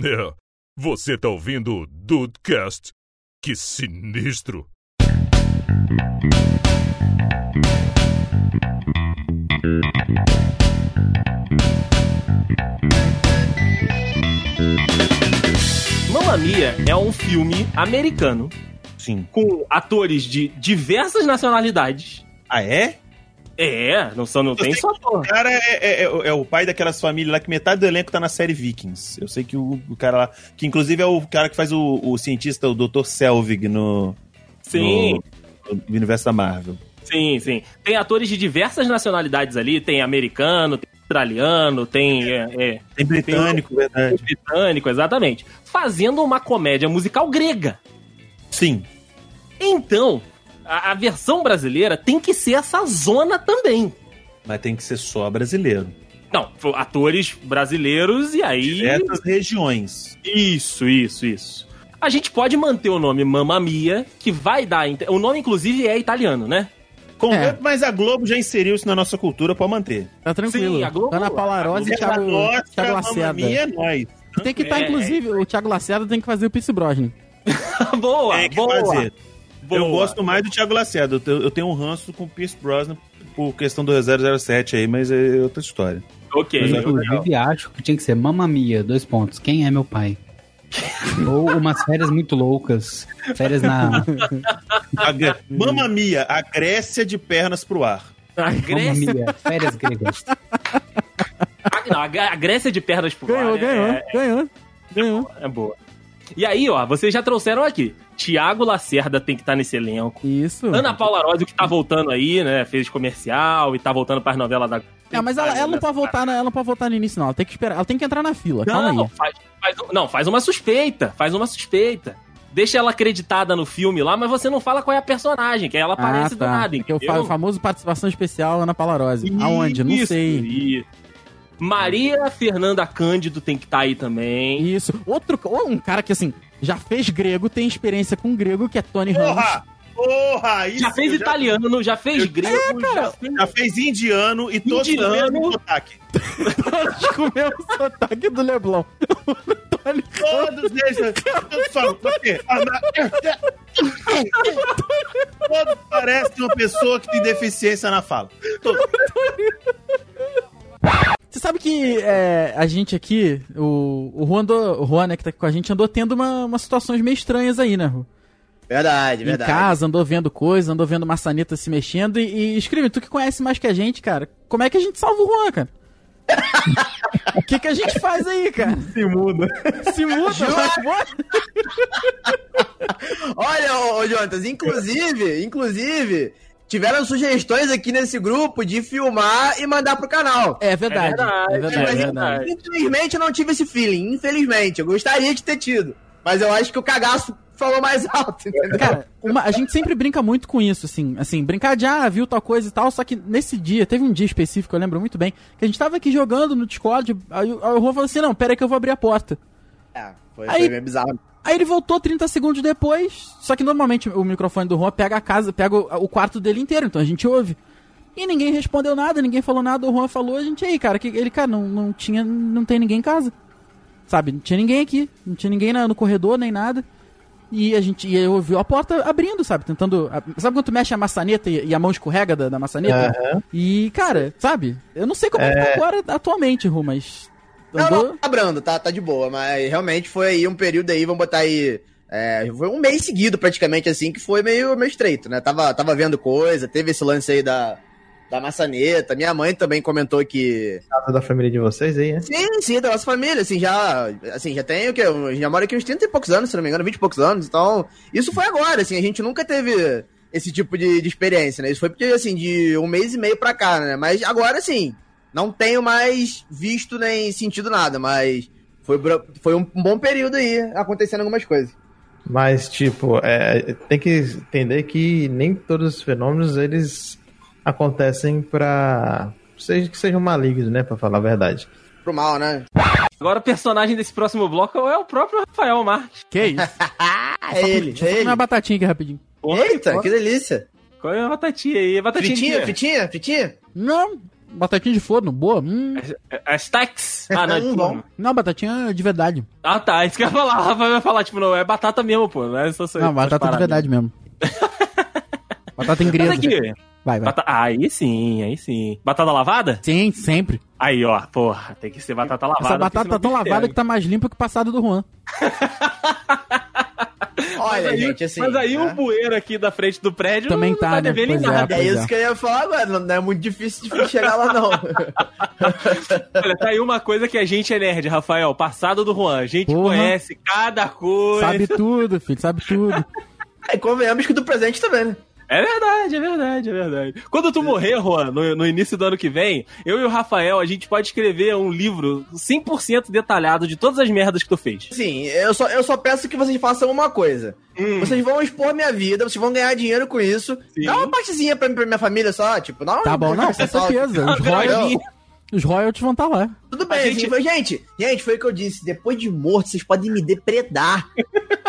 É, você tá ouvindo o Dudecast? Que sinistro! Mamma Mia é um filme americano Sim. com atores de diversas nacionalidades. Ah, é? É, não, só não tem sei só O ator. cara é, é- é- é o pai daquelas famílias lá que metade do elenco tá na série Vikings. Eu sei que o, o cara lá. Que inclusive é o cara que faz o, o cientista, o Dr. Selvig, no, Sim, no, no universo da Marvel. sim, sim. Tem atores de diversas nacionalidades ali. Tem americano, tem australiano, tem é, é, Tem britânico, verdade. britânico, exatamente. Fazendo uma comédia musical grega. Sim. Então, a, a versão brasileira tem que ser essa zona também. Mas tem que ser só brasileiro. Não, atores brasileiros e aí... Diversas É regiões. Isso, isso, isso. A gente pode manter o nome Mamma Mia, que vai dar. inte- O nome, inclusive, é italiano, né? Com- É. Mas a Globo já inseriu isso na nossa cultura pra manter. Tá tranquilo. Sim, a Globo- Ana Palarose e É a Thiago, nossa, Thiago Mamma Lacerda. Mia é nós. Que Tem que estar, É. inclusive, o Thiago Lacerda tem que fazer o Pierce Brosnan. boa, Tem É que boa. fazer. Eu boa. gosto mais do Thiago Lacerda. Eu tenho, eu tenho um ranço com o Pierce Brosnan por questão do 007 aí, mas é outra história. Ok. Mas Eu, é inclusive, acho que tinha que ser Mamma Mia, dois pontos. Quem é meu pai? Ou umas férias muito loucas. Férias na. A Gre- Mamma Mia, a Grécia de pernas pro ar. A Mamma Grécia, Mia, férias gregas. a, não, a Gr- a Grécia de pernas pro Ganhou, ar, ganhou, É, ganhou, ganhou. é boa. E aí, ó, vocês já trouxeram aqui. Tiago Lacerda tem que estar nesse elenco. Isso. Ana Paula Rossi, que tá voltando aí, né? Fez comercial e tá voltando pras novelas da. É, mas ela, ela não pode voltar, na- ela não pode voltar no início, não. Ela tem que esperar. Ela tem que entrar na fila. Calma Não, aí. faz, faz- um, não, faz uma suspeita. Faz uma suspeita. Deixa ela acreditada no filme lá, mas você não fala qual é a personagem, que aí Ah, ela aparece tá. do nada. Porque o fa- entendeu? o famoso participação especial Ana Palarose. Aonde? Não Isso, sei. isso. Maria Fernanda Cândido tem que estar aí também. Isso. Outro, ca- ou um cara que, assim, já fez grego, tem experiência com grego, que é Tony Ramos. Porra! Porra! Isso, já fez eu italiano, já fez grego, já fez... Já fez indiano e todos com o Indiano. mesmo sotaque. com o mesmo sotaque do Leblon. O Tony Todos eles. Todos falam. tá Você, Ana- Todos parecem uma pessoa que tem deficiência na fala. Todos. Você sabe que é, a gente aqui, o, o Juan, andou- o Juan, né, que tá aqui com a gente, andou tendo uma- umas situações meio estranhas aí, né, Ru? Verdade, Em É verdade. casa, andou vendo coisa, andou vendo maçaneta se mexendo. E, e escreve, tu que conhece mais que a gente, cara, como é que a gente salva o Juan, cara? O que, que a gente faz aí, cara? Se muda. Se muda, mas bora. Olha, ô, ô Jonas, inclusive, inclusive, tiveram sugestões aqui nesse grupo de filmar e mandar pro canal. É verdade. É verdade, é Mas, verdade. Infelizmente eu não tive esse feeling, infelizmente. Eu gostaria de ter tido. Mas eu acho que o cagaço falou mais alto, entendeu? Cara, uma- a gente sempre brinca muito com isso, assim, assim, brincar de ah, viu tal coisa e tal, só que nesse dia, teve um dia específico, eu lembro muito bem, que a gente tava aqui jogando no Discord, aí o aí o Juan falou assim, não, pera aí que eu vou abrir a porta. É, foi, Aí- foi meio bizarro. Aí ele voltou 30 segundos depois, só que normalmente o microfone do Juan pega a casa, pega o, o quarto dele inteiro, então a gente ouve. E ninguém respondeu nada, ninguém falou nada, o Juan falou, a gente, "E aí, cara, que, ele, cara, não, não tinha, não tem ninguém em casa. Sabe, não tinha ninguém aqui, não tinha ninguém na- no corredor, nem nada. E a gente, e eu ouvi a porta abrindo, sabe, tentando, a- sabe quando tu mexe a maçaneta e, e a mão escorrega da, da maçaneta? E, cara, sabe, eu não sei como é que tá agora atualmente, Juan, mas... Não, andou- não, tá brando, tá, tá de boa, mas realmente foi aí um período aí, vamos botar aí. é, foi um mês seguido, praticamente, assim, que foi meio, meio estreito, né? Tava, tava vendo coisa, teve esse lance aí da, da maçaneta. Minha mãe também comentou que. Casa da família de vocês aí, né? Sim, sim, da nossa família, assim, já. Assim, já tem o quê? Eu Já moro aqui uns 30 e poucos anos, se não me engano, 20 e poucos anos, então. Isso foi agora, assim, a gente nunca teve esse tipo de, de experiência, né? Isso foi porque, assim, de um mês e meio pra cá, né? Mas agora sim. Não tenho mais visto nem sentido nada, mas foi, bro- foi um bom período aí acontecendo algumas coisas. Mas, tipo, é, tem que entender que nem todos os fenômenos eles acontecem pra. Seja que sejam malignos, né? Pra falar a verdade. Pro mal, né? Agora o personagem desse próximo bloco é o próprio Rafael Marques. Que isso? Ah, é ele, é Comi ele. uma batatinha aqui rapidinho. Oi? Eita, que delícia. Qual é a batatinha aí? Batatinha Fritinha, de quê? fritinha, fritinha. Não, Batatinha de forno, boa. Hum. As tax. Ah, não. Hum, bom. Não, batatinha de verdade. Ah, tá. Isso que eu ia falar. O Rafael vai falar, tipo, não, é batata mesmo, pô. Não é só só- não, batata de paradas. verdade né? mesmo. batata Mas inglesa. aqui, Vai, vai. bata- Aí sim, aí sim. Batata lavada? Sim, sempre. Aí, ó, porra, tem que ser batata lavada. Essa porque batata senão tá tão tem lavada que tempo. tá mais limpa que o passado do Juan. Olha, Mas aí- gente, assim. Mas aí né? o bueiro aqui da frente do prédio Também não tá, tá né? devendo em Pois é. nada. É isso que eu ia falar agora, não é muito difícil de chegar lá, não. Olha, tá aí uma coisa que a gente é nerd, Rafael. Passado do Juan. A gente Porra. conhece cada coisa. Sabe tudo, filho, sabe tudo. É, convenhamos que do presente também, né? É verdade, é verdade, é verdade. Quando tu morrer, Juan, no, no início do ano que vem, eu e o Rafael, a gente pode escrever um livro 100% detalhado de todas as merdas que tu fez. Sim, eu só, eu só peço que vocês façam uma coisa. Vocês vão expor minha vida, vocês vão ganhar dinheiro com isso. Hum. Sim. Dá uma partezinha pra, pra minha família só, tipo, dá uma. Tá bom, não, com só- certeza. Os Não, royalties, Royal- os royalties vão estar tá lá. Tudo A bem, gente- gente... Foi, gente, gente, foi o que eu disse. Depois de morto, vocês podem me depredar.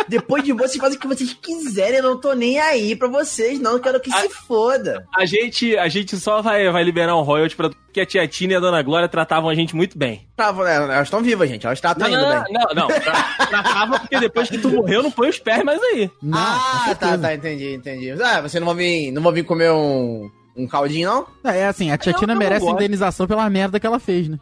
Depois de morto, vocês fazem o que vocês quiserem. Eu não tô nem aí pra vocês, não. Eu quero que A- se foda. A gente, a gente só vai, vai liberar um royalty pra que a tia Tina e a dona Glória tratavam a gente muito bem. Tá, né, elas estão vivas, gente. Elas tratam Não, ainda não, bem. não, não. Tra- Tratava porque depois que tu morreu, não põe os pés mais aí. Não, com ah, tá, certeza. tá, entendi, entendi. Ah, você não vai vir, não vai vir comer um, um caldinho, não? É assim, Eu- a eu Tiatina não merece gosto. indenização pela merda que ela fez, né?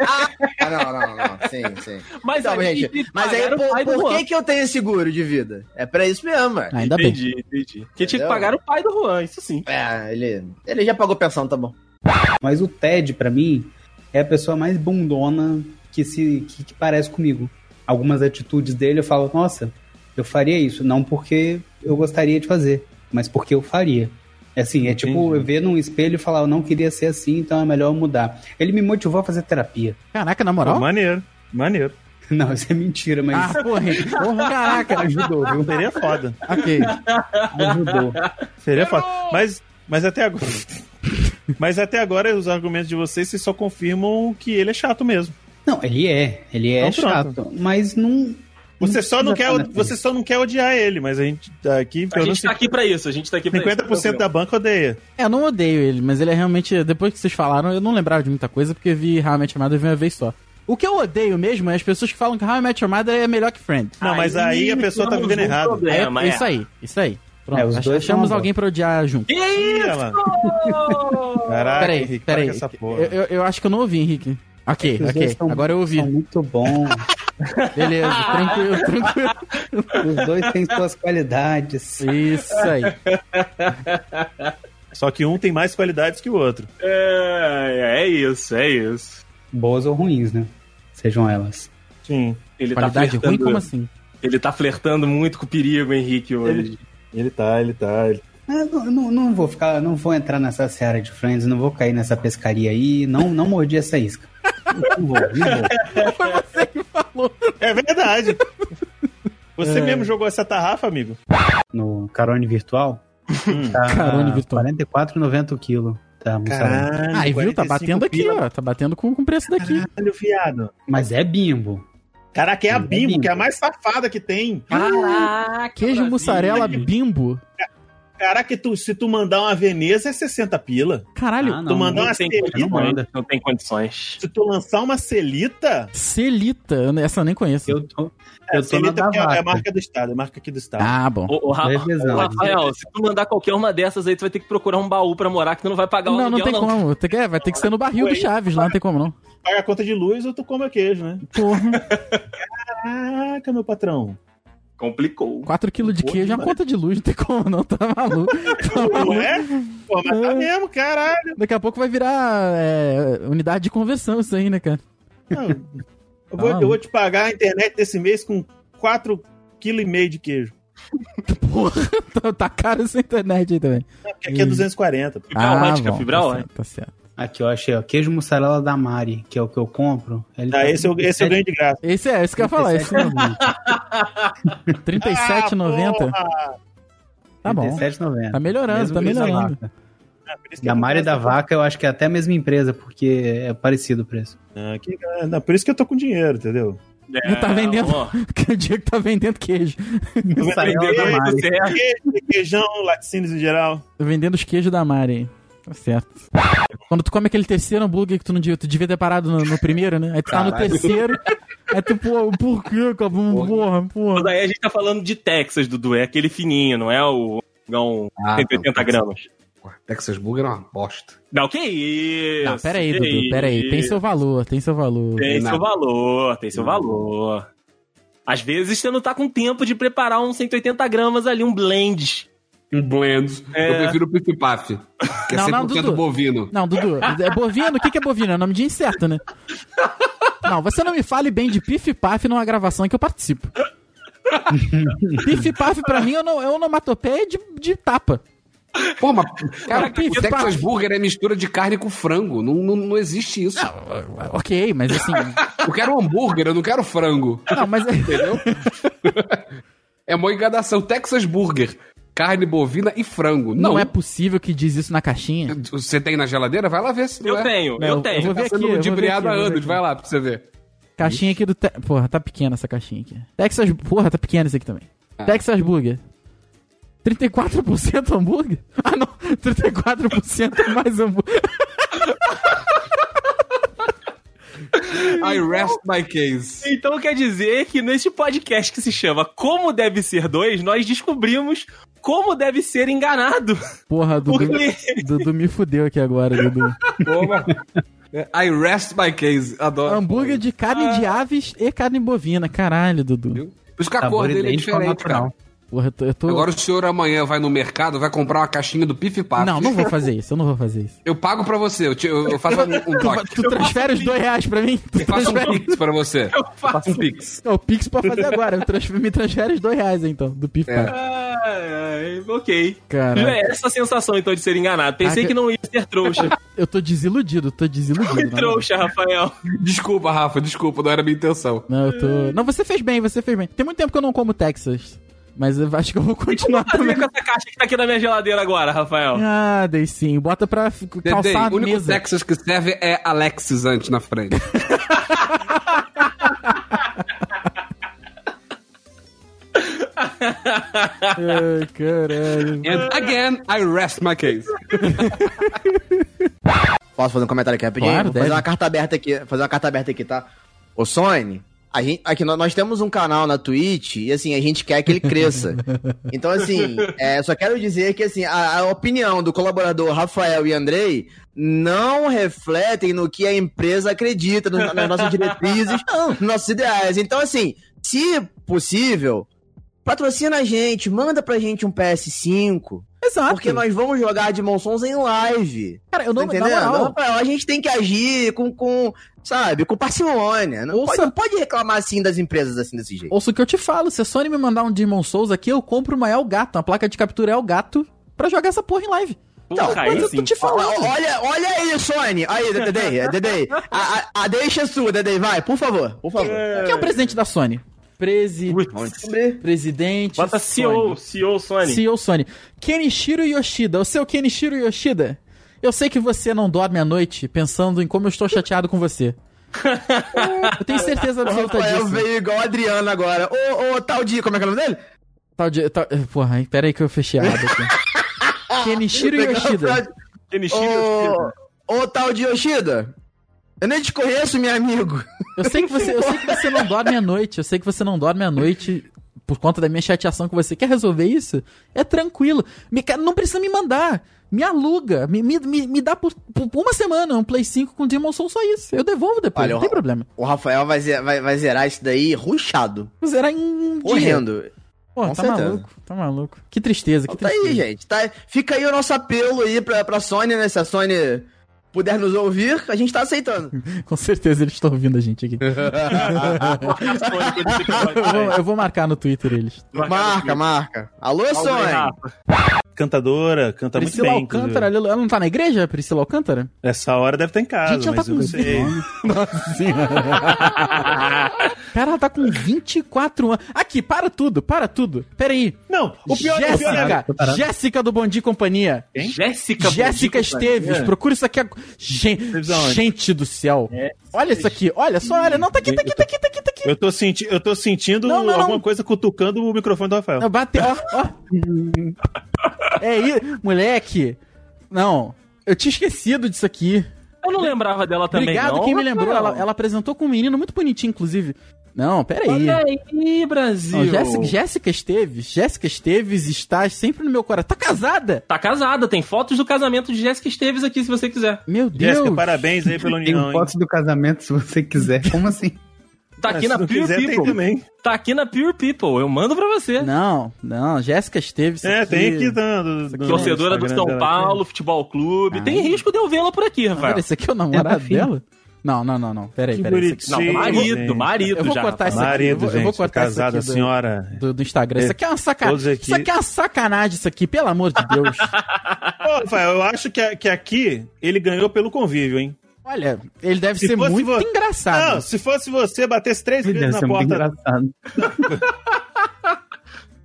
Ah, não, não, não. Sim, sim. Mas, Então, aí, gente, mas aí, pagaram o pai por, do por Juan. que, que eu tenho seguro de vida? É pra isso mesmo, ué. Ainda bem. entendi, entendi. Que tinha que Entendeu? pagar o pai do Juan, isso sim. É, ele, ele já pagou pensão, tá bom. Mas o Ted, pra mim, é a pessoa mais bundona que se que, que parece comigo. Algumas atitudes dele eu falo, nossa, eu faria isso. Não porque eu gostaria de fazer, mas porque eu faria. Assim, é tipo eu ver num espelho e falar, eu não queria ser assim, então é melhor eu mudar. Ele me motivou a fazer terapia. Caraca, na Pô, moral? maneiro, maneiro. Não, isso é mentira, mas Ah, porra, gente, porra, caraca. ajudou, viu? Seria foda. Ok. Ajudou. Seria foda. Mas, mas até agora. mas até agora, os argumentos de vocês, vocês só confirmam que ele é chato mesmo. Não, ele é. Ele é Então pronto. chato. Mas não. Você só não quer, precisa estar na você só não quer odiar ele, mas a gente tá aqui, A pelo menos gente tá aqui pra isso, a gente tá aqui pra isso. 50% da banca odeia. É, eu não odeio ele, mas ele é realmente. Depois que vocês falaram, eu não lembrava de muita coisa, porque vi realmente Amada vi uma vez só. O que eu odeio mesmo é as pessoas que falam que How I Met Your Mother é melhor que Friend. Não, mas aí a pessoa tá temos vivendo um errado. É, Problema, isso aí, isso aí. Pronto, É, os ach- dois são achamos uma alguém pra odiar junto. Que Ih, isso? ela. Caraca, Peraí, Henrique, para peraí. com essa porra. Eu, eu, eu acho que eu não ouvi, Henrique. Ok, É Os dois ok. são- Agora eu ouvi. são muito bom. Beleza, tranquilo, tranquilo. Os dois têm suas qualidades. Isso aí. Só que um tem mais qualidades que o outro. É, é isso, é isso. Boas ou ruins, né? Sejam elas. Sim. Ele Qualidade tá ruim, flertando, como assim? Ele tá flertando muito com o perigo, Henrique, hoje. Ele tá, ele tá. ele- Mas Ah, não, não, não vou ficar, não vou entrar nessa seara de Friends, não vou cair nessa pescaria aí, não, não mordi essa isca. Não vou, não vou. É verdade. É. Você mesmo jogou essa tarrafa, amigo? No Carone Virtual, Hum. tá Carone Virtual. 44,90 o quilo. Tá, moçada. Ah, e viu? Tá batendo aqui, ó. Tá batendo com com o preço daqui. Caralho, viado. Mas é bimbo. Caraca, é a É Bimbo, Bimbo. que é a mais safada que tem. Caraca, Queijo Brasil. mussarela bimbo. Caraca, tu, se tu mandar uma Veneza é 60 pila. Caralho. Ah, tu não, mandar não, uma tem Celita, não manda. Não tem condições. se tu lançar uma Celita, Celita. eu- Essa eu nem conheço. Eu tô, eu tô na Celita da que é, é a vaca. marca do estado, é a marca aqui do estado. Ah, bom. Ô, ô, Ra- Dois ô, vezão. Rafael, se tu mandar qualquer uma dessas aí, tu vai ter que procurar um baú pra morar que tu não vai pagar o Não, aluguel, não tem como. Tem que- é, vai ter que ser no barril do Ué. Chaves lá, não tem como não. Paga a conta de luz ou tu come o queijo, né? Porra, Caraca, meu patrão. Complicou. 4kg de Boa queijo é uma demais. conta de luz, não tem como não, tá maluco. Tá maluco. Não é? Pô, mas tá mesmo, caralho. Daqui a pouco vai virar é, unidade de conversão isso aí, né, cara? Não, eu, vou, eu vou te pagar a internet desse mês com 4,5 kg de queijo. Porra, tá, tá caro essa internet aí também. Porque aqui é Hum. 240. pô. Fibra ótica, bom, fibra tá ótica. certo, Tá certo. Aqui, eu achei, ó. Queijo mussarela da Mari, que é o que eu compro. Ele tá Ah, esse, eu, esse eu ganho de graça. Esse é, esse que eu ia falar, esse né? não. 37,90. Ah, porra! Tá bom. Tá melhorando, tá melhorando. Ah, por isso que Da eu tô Mari e com da essa- Vaca, eu acho que é até a mesma empresa, porque é parecido o preço. Ah, que- ah, não, por isso que eu tô com dinheiro, entendeu? Não tá vendendo. É Que o Diego tá vendendo queijo. Mussarela vendendo da aí, Mari. Queijo, Queijão, laticínios em geral. Tô vendendo os queijos da Mari. hein? Tá certo. Quando tu come aquele terceiro hambúrguer que tu não devia, tu devia ter parado no, no primeiro, né? Aí tu tá no Caralho. terceiro. Aí tu, pô, por quê, cara? Porra, Mas porra. aí a gente tá falando de Texas, Dudu. É aquele fininho, não é o gão Ah, 180 não. gramas. Porra, Texas Burger é uma bosta. Não, que isso? Não, pera que aí, Dudu, pera aí. Tem isso. seu né? Hum. valor, tem seu valor. Tem seu Nada. valor, tem seu Não. valor. Às vezes você não tá com tempo de preparar um 180 gramas ali, um blend. Um blend. É. Eu prefiro o Pif Paf, que é Não, não, 100% Dudu. bovino. Não, Dudu, é bovino? O que que é bovino? É nome de inseto, né? Não, você não me fale bem de pif-paf numa gravação que eu participo. pif-paf pra mim é ono- é onomatopeia de, de tapa. Pô, mas, cara, Pif o Texas Paf. Burger é mistura de carne com frango. Não, não, não existe isso. Ok, mas assim. Eu quero um hambúrguer, eu não quero frango. Não, mas. Entendeu? é uma enganação. Texas Burger, carne bovina e frango. Tipo, Não, é Não é possível que diz isso na caixinha. Você tem na geladeira? Vai lá ver se não Eu é. tenho, Não, eu tenho. eu vou ver Tá aqui, eu sendo vou ver ludibriado aqui, há eu vou ver anos. aqui. Vai lá pra você ver. Caixinha aqui do. Te... Porra, tá pequena essa caixinha aqui. Texas. Porra, tá pequena esse aqui também. Ah. Texas Burger. 34% hambúrguer? Ah, não. 34% é mais hambúrguer. I rest my case. Então quer dizer que neste podcast que se chama Como Deve Ser 2, nós descobrimos como deve ser enganado. Porra, Dudu. Porque Dudu me fudeu aqui agora, Dudu. É, I rest my case. Adoro. hambúrguer de carne de aves e carne bovina. Caralho, Dudu. Por isso que a Sabor cor dele é idêntico ao diferente, natural. cara. Porra, eu tô. eu tô- Agora o senhor amanhã vai no mercado, vai comprar uma caixinha do Pif Paf. Não, não vou fazer isso. Eu não vou fazer isso. Eu pago pra você, eu, te- eu- eu faço um, um toque. Tu transfere os dois reais pra mim? Tu Eu faço transfere. um pix pra você. eu faço. pix. Não, o Pix pra fazer agora. Eu transfer- Me transfere os dois reais, então, do Pif. É. Paf. Ai, ai, ok. Cara, É essa a sensação então de ser enganado. Pensei Ah, que não ia ser trouxa. eu tô desiludido, tô desiludido. Foi na trouxa, Rafael. Desculpa, Rafa, desculpa, não era minha intenção. Não, eu tô. Não, você fez bem, você fez bem. Tem muito tempo que eu não como Texas. Mas eu acho que eu vou continuar Fazer também. com essa caixa que tá aqui na minha geladeira agora, Rafael. Ah, dei sim. Bota pra f- Dedei, calçar a o único mesa. Texas que serve é Alexis antes na frente. Ai, caralho. É. And again, I rest my case. Posso fazer um comentário aqui rapidinho? Claro, Vou fazer deve. uma carta aberta aqui, fazer uma carta aberta aqui, tá? Ô Sony, a gente, aqui nó- nós, temos um canal na Twitch e assim, a gente quer que ele cresça. Então assim, é, só quero dizer que assim, a, a opinião do colaborador Rafael e Andrei não refletem no que a empresa acredita, no- nas nossas diretrizes, nos nossos ideais. Então assim, se possível, patrocina a gente, manda pra gente um PS5, Exato. porque nós vamos jogar de Monsons em live. Cara, eu não. Tá Na entendendo? moral, Rafael, a gente tem que agir com, com sabe, com parcimônia. Não Ouça- pode, não pode reclamar assim das empresas assim desse jeito. ouça o que eu te falo. Se a Sony me mandar um Demon Souls aqui, eu compro uma El Gato, uma placa de captura El Gato, pra jogar essa porra em live. Então, Mas eu tô te falando. Olha, olha aí, Sony. Aí, Dedei, é, Dedei. A, a- a deixa é sua, Dedei, vai, por favor, por favor. Quem é o presidente da Sony? Presi... Vamos descobrir. Presidente. Bota CEO, Sony. CEO Sony. CEO Sony. Kenichiro Yoshida, o seu Kenichiro Yoshida. Eu sei que você não dorme à noite pensando em como eu estou chateado com você. eu tenho certeza O absoluta Rafael disso. veio igual o Adriano agora. Ô, ô, tal dia, como é que é o nome dele? Tal de, tal, eh, porra, aí, pera aí que eu fechei a aba aqui. Kenichiro Yoshida. Ô, ô, tal de Yoshida. Eu nem te conheço, meu amigo. Eu sei, que você, eu sei que você não dorme à noite. Eu sei que você não dorme à noite por conta da minha chateação com você. Quer resolver isso? É tranquilo. Me ca- não precisa me mandar. Me aluga. Me, me, me, me dá por, por uma semana um Play 5 com Demon Soul, só isso. Eu devolvo depois, Olha, não tem o- problema. O Rafael vai, ze- vai- vai zerar isso daí ruchado, Vou zerar em um dia. correndo. Pô, Com tá certeza. maluco, tá maluco. Que tristeza, que Tá tristeza. aí, gente. Tá, fica aí o nosso apelo aí pra, pra Sony, né? Se a Sony puder nos ouvir, a gente tá aceitando. Com certeza eles estão ouvindo a gente aqui. eu, vou, eu vou marcar no Twitter eles. marca, marca. Alô, Sony! Cantadora, canta Priscila Tá muito bem. Alcântara, inclusive. ela ela não tá na igreja, Priscila Alcântara? Essa hora deve estar em casa, Gente, ela mas tá eu com não sei. Nossa senhora. Cara, ela tá com 24 anos. Aqui, para tudo, para tudo. Pera aí. Não, o pior, o pior é... Jéssica, Jéssica do Bom Dia e Companhia. Jéssica Jéssica Bondico, Esteves, cara. procura isso aqui. ag- Gente, Esteves aonde? gente do céu. É. Olha isso aqui, olha só, olha. Não, tá aqui, tá aqui, tá aqui, tá aqui, tá aqui. Eu tô, senti... eu tô sentindo Não, não, não. alguma coisa cutucando o microfone do Rafael. Não, Bateu, ó, ó. É isso, moleque. Não, Eu tinha esquecido disso aqui. É. Eu não lembrava dela também, Obrigado, não. quem me lembrou. Rafael. Ela, ela apresentou com um menino muito bonitinho, inclusive. Não, peraí. Olha aí, Não, Brasil. Jéssica, Jéssica Esteves. Jéssica Esteves está sempre no meu coração. Tá casada? Tá casada, tem fotos do casamento de Jéssica Esteves aqui, se você quiser. Meu Deus. um Jéssica, parabéns aí pela Tem união, hein? foto do casamento se você quiser. Como assim? Tá aqui É, Se na não Pure quiser, tem People. também. Tá aqui na Pure People, eu mando pra você. Não, não. Jéssica Esteves. É, isso tem aqui Não, dando. aqui do- é Torcedora do Instagram São né? dela. Paulo, Futebol Clube. Ah. Tem risco de eu vê-la por aqui, pera, Rafael. esse aqui é o namorado Ela é filha. dela? Não, não, não, não. Peraí, Que peraí. isso aqui- Não, Sim, marido, gente. marido Eu vou já. cortar Rafael. esse aqui, eu Marido, vou- eu gente, vou cortar isso casada, assim, aqui do- senhora. do, do Instagram. Isso aqui é uma Todos sacanagem. aqui- Isso aqui é uma sacanagem, isso aqui, pelo amor de Deus. Ô, Rafael, eu acho que, que aqui ele ganhou pelo convívio, hein? Olha, ele deve Se ser fosse muito vo- engraçado. Não, se fosse você, batesse três Deve vezes é ser na muito porta. engraçado.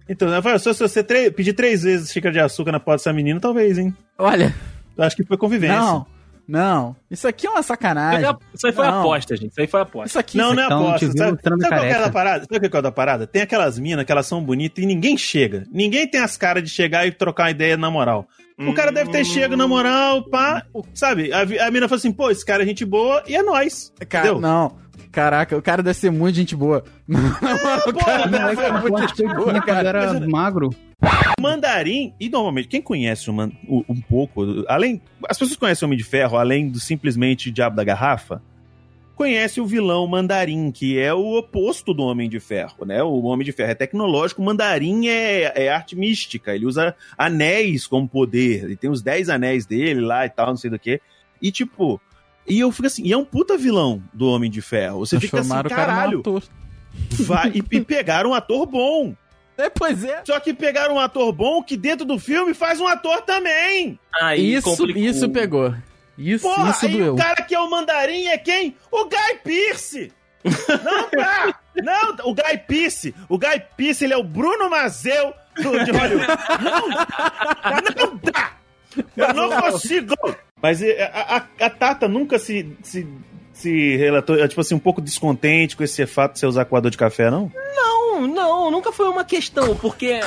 Então, Rafael, se você tre- pedir três vezes xícara de açúcar na porta dessa menina, talvez, hein? Olha, Eu acho que foi convivência. não, não. Isso aqui é uma Isso sacanagem. aí- Isso aí foi Não. aposta, gente. Isso aí foi aposta. Isso aqui, Não, isso não é Então, te aposta. viu Sabe, mostrando sabe qual que é careca. a da parada? Sabe o que é a da parada? Tem aquelas minas que elas são bonitas e ninguém chega. Ninguém tem as caras de chegar e trocar uma ideia na moral. O cara deve ter chego na moral, pá. Sabe? A, vi- a mina fala assim, pô, esse cara é gente boa e é nóis. aqui- cara, entendeu? É, não. Caraca, o cara deve ser muito gente boa. Na moral, o cara é porra, deve ser não, muito Eu acho gente que eu boa, tinha quando cara. era magro. O Mandarim, e normalmente, quem conhece o man- o- um pouco, além. As pessoas conhecem o Homem de Ferro, além do simplesmente Diabo da Garrafa, conhece o vilão Mandarim, que é o oposto do Homem de Ferro, né? O Homem de Ferro é tecnológico, o Mandarim é, é arte mística, ele usa anéis como poder, ele tem os 10 anéis dele lá e tal, não sei do que. E tipo. E eu fico assim, e é um puta vilão do Homem de Ferro. Você fica assim, Transformaram o cara num caralho, ator. vai, e, e pegaram um ator bom. É, pois é. Só que pegaram um ator bom que dentro do filme faz um ator também. Aí Isso, complicou. isso pegou. Isso, Porra, isso aí doeu. o cara que é o mandarim é quem? O Guy Pierce. Não dá! Não, o Guy Pierce, o Guy Pierce, ele é o Bruno Mazeu do, de Hollywood. Não, não dá! Eu não consigo! Mas é, a, a- a Tata nunca se, se, se relatou, é, tipo assim, um pouco descontente com esse fato de você usar coador de café, não? Não, não, nunca foi uma questão, porque.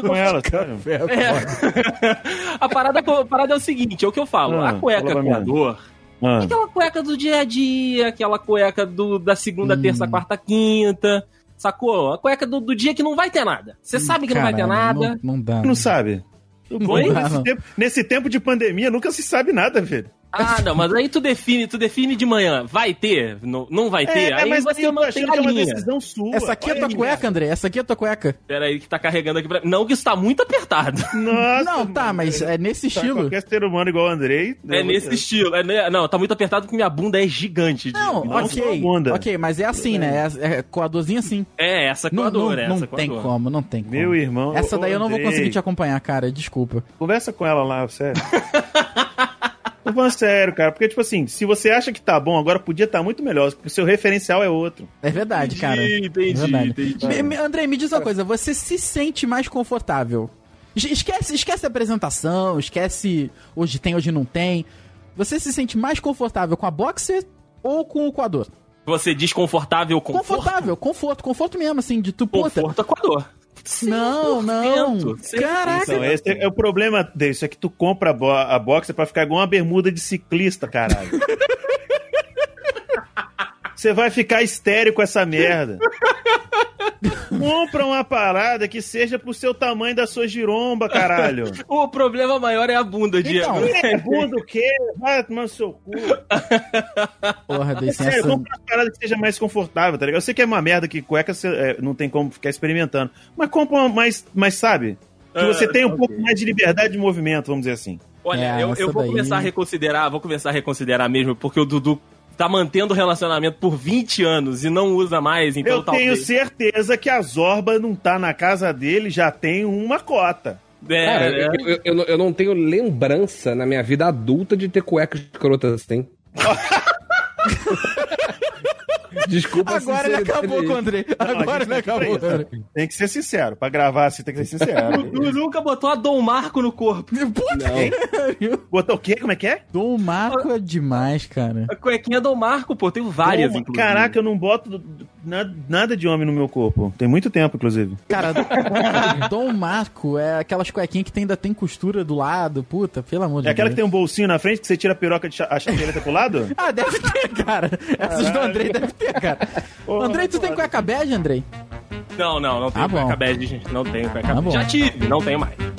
Com ela, sério. É. a, parada, a parada é o seguinte: é o que eu falo. Ah, a cueca fala pra com mim. a dor Ah. Então, Aquela cueca do dia a dia, aquela cueca do, da Hum. segunda, terça, quarta, quinta. Sacou? A cueca do, do dia que não vai ter nada. Você sabe que não vai ter Hum, Caralho, nada. Não, não dá. né? Não sabe. Bom, Oi? dá, nesse, não. tempo, nesse tempo de pandemia nunca se sabe nada, velho. Ah, não, mas aí tu define, tu define de manhã. Vai ter? Não, não É, vai ter? É, aí você eu tô mantém achando a que é uma linha. decisão sua. Essa aqui é Olha tua aí, cueca, André. Essa aqui é tua cueca. Pera aí que tá carregando aqui pra mim. Não, que isso tá muito apertado. Nossa, não, tá, mano. mas é nesse Tá, estilo. Qualquer ser humano igual o Andrei. É nesse estilo. É, ne- não, tá muito apertado porque minha bunda é gigante. de- Não, Não, ok. só onda. Ok, mas é assim, né? É, é coadorzinho assim. É, essa com Não, a dor, não, é não essa com a tem dor. como, não tem como. Meu irmão. Essa ô, daí eu não vou Andrei, conseguir te acompanhar, cara. Desculpa. Conversa com ela lá, sério. Tô falando sério, cara. Porque, tipo assim, se você acha que tá bom, agora podia estar muito melhor. Porque o seu referencial é outro. É verdade, cara. Entendi, É entendi, verdade. entendi. Me- me- Andrei, me diz uma coisa. Você se sente mais confortável? Es- Esquece, esquece a apresentação, esquece hoje tem, hoje não tem. Você se sente mais confortável com a boxer ou com o coador? Você é desconfortável com Confortável, conforto, conforto mesmo, assim, de tu, puta. Conforto é com a dor. Não, não. 100%. Caraca, Então, esse é, é o problema disso. É que tu compra a, bo a boxer pra ficar igual uma bermuda de ciclista, caralho. Você vai ficar estéreo com essa merda. Compra uma parada que seja pro seu tamanho da sua giromba, caralho. O problema maior é a bunda, Diego. Então. Bermuda o quê? Vai tomar no seu cu. porra, desse Sério, essa... compra uma parada que seja mais confortável, tá ligado? Eu sei que é uma merda que cueca você, é, não tem como ficar experimentando. Mas compra uma mais, mais sabe? Que você Ah, tenha um pouco mais de liberdade de movimento, vamos dizer assim. Olha, É, eu, essa eu vou daí- começar a reconsiderar, vou começar a reconsiderar mesmo, porque o Dudu tá mantendo o relacionamento por 20 anos e não usa mais, então Eu tenho talvez. certeza que a Zorba não tá na casa dele, já tem uma cota. É, Cara, é. eu, eu- eu não- eu não tenho lembrança na minha vida adulta de ter cuecas escrotas assim. Desculpa a Agora ele sinceridade acabou aí. com o Andrei. Agora ele acabou com o Andrei. Tem que ser sincero. Pra gravar assim, tem que ser sincero. Dudu nunca botou a Dom Marco no corpo. Puta Não. que pariu. Botou o quê? Como é que é? Dom Marco é demais, cara. A cuequinha Dom Marco, pô, eu tenho várias, Toma. inclusive. Caraca, eu não boto. na- nada de homem no meu corpo. Tem muito tempo, inclusive. Cara, Dom Marco é aquelas cuequinhas que tem- ainda tem costura do lado, puta, pelo amor de É aquela que tem Deus. um bolsinho na frente que você tira a piroca de cha- a chapeleta pro lado? Ah, deve ter, cara. Essas do Andrei deve ter, cara. Porra, Andrei, tu tem cueca bege, Andrei? Não, não, não tenho Ah, bom. cueca bege, gente. Não tenho cueca Ah, bege. bom. Já tive, não tenho mais.